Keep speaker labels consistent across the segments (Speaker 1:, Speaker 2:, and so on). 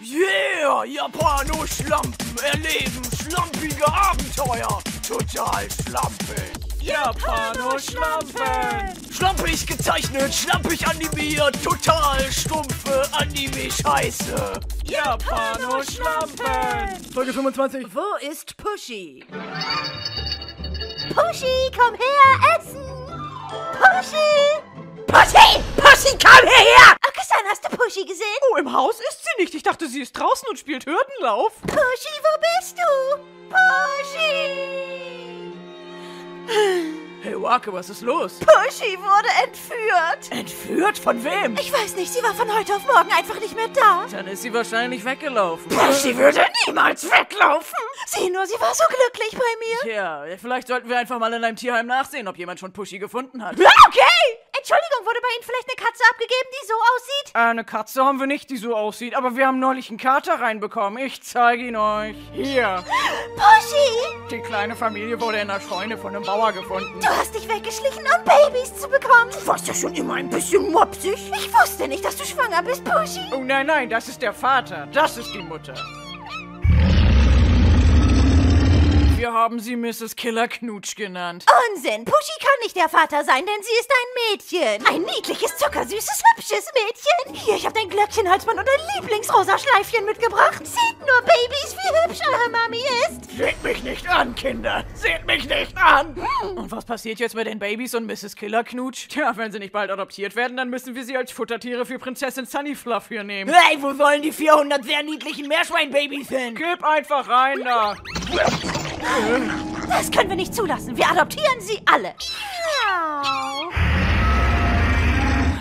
Speaker 1: Yeah, Japano-Schlampen erleben schlampige Abenteuer. Total schlampig.
Speaker 2: Japano-Schlampen.
Speaker 1: Schlampig gezeichnet, schlampig animiert, total stumpfe Anime-Scheiße.
Speaker 2: Japano-Schlampen.
Speaker 3: Folge 25.
Speaker 4: Wo ist Pushy?
Speaker 5: Puschi, komm her, essen! Puschi!
Speaker 4: Pushy! Pushy, komm hierher!
Speaker 5: Akassan, hast du Puschi gesehen?
Speaker 2: Oh, im Haus ist sie nicht. Ich dachte, sie ist draußen und spielt Hürdenlauf.
Speaker 5: Puschi, wo bist du? Puschi!
Speaker 2: Hey, Wake, was ist los?
Speaker 5: Puschi wurde entführt.
Speaker 2: Entführt? Von wem?
Speaker 5: Ich weiß nicht, sie war von heute auf morgen einfach nicht mehr da.
Speaker 2: Dann ist sie wahrscheinlich weggelaufen.
Speaker 4: Pushy würde niemals weglaufen!
Speaker 5: Sieh nur, sie war so glücklich bei mir.
Speaker 2: Tja, vielleicht sollten wir einfach mal in einem Tierheim nachsehen, ob jemand schon Pushy gefunden hat.
Speaker 5: Okay! Entschuldigung, wurde bei Ihnen vielleicht eine Katze abgegeben, die so aussieht?
Speaker 2: Eine Katze haben wir nicht, die so aussieht, aber wir haben neulich einen Kater reinbekommen. Ich zeige ihn euch. Hier.
Speaker 5: Puschi!
Speaker 2: Die kleine Familie wurde in der Scheune von einem Bauer gefunden.
Speaker 5: Du hast dich weggeschlichen, um Babys zu bekommen.
Speaker 4: Warst ja schon immer ein bisschen mopsig?
Speaker 5: Ich wusste nicht, dass du schwanger bist, Puschi.
Speaker 2: Oh nein, nein, das ist der Vater. Das ist die Mutter. Wir haben sie Mrs. Killer Knutsch genannt.
Speaker 5: Unsinn! Puschi kann nicht der Vater sein, denn sie ist ein Mädchen. Ein niedliches, zuckersüßes, hübsches Mädchen. Hier, ich habe dein Glöckchenhalsband und ein lieblingsrosa Schleifchen mitgebracht. Seht nur, Babys, wie hübsch eure Mami ist.
Speaker 3: Seht mich nicht an, Kinder! Seht mich nicht an!
Speaker 2: Und was passiert jetzt mit den Babys und Mrs. Killer Knutsch? Tja, wenn sie nicht bald adoptiert werden, dann müssen wir sie als Futtertiere für Prinzessin Sunnyfluff hier nehmen.
Speaker 4: Hey, wo sollen die 400 sehr niedlichen Meerschweinbabys hin?
Speaker 2: Gib einfach rein da.
Speaker 5: Das können wir nicht zulassen. Wir adoptieren sie alle.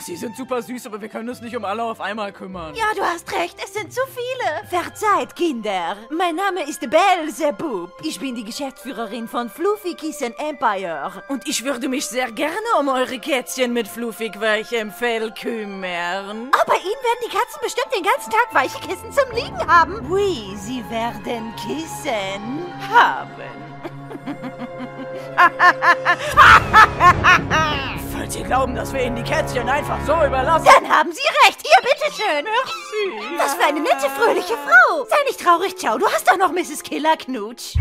Speaker 2: Sie sind super süß, aber wir können uns nicht um alle auf einmal kümmern.
Speaker 5: Ja, du hast recht, es sind zu viele.
Speaker 4: Verzeiht, Kinder. Mein Name ist Belzebub. Ich bin die Geschäftsführerin von Fluffy Kissen Empire. Und ich würde mich sehr gerne um eure Kätzchen mit fluffig weichem Fell kümmern.
Speaker 5: Aber ihnen werden die Katzen bestimmt den ganzen Tag weiche Kissen zum Liegen haben.
Speaker 4: Oui, sie werden kissen.
Speaker 2: haben. Falls ihr glauben, dass wir ihnen die Kätzchen einfach so überlassen.
Speaker 5: Dann haben sie recht. Hier, bitteschön. Was für eine nette, fröhliche Frau.
Speaker 4: Sei nicht traurig, Ciao. Du hast doch noch Mrs. Killer Knutsch.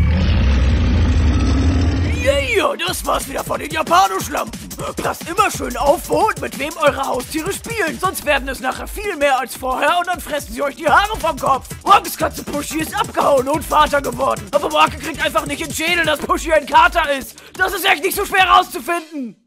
Speaker 1: Yeah, das war's wieder von den Japanoschlampen. Passt immer schön auf, wo und mit wem eure Haustiere spielen. Sonst werden es nachher viel mehr als vorher und dann fressen sie euch die Haare vom Kopf. Morgens Katze Pushy ist abgehauen und Vater geworden. Aber Marke kriegt einfach nicht in den Schädel, dass Pushy ein Kater ist. Das ist echt nicht so schwer rauszufinden.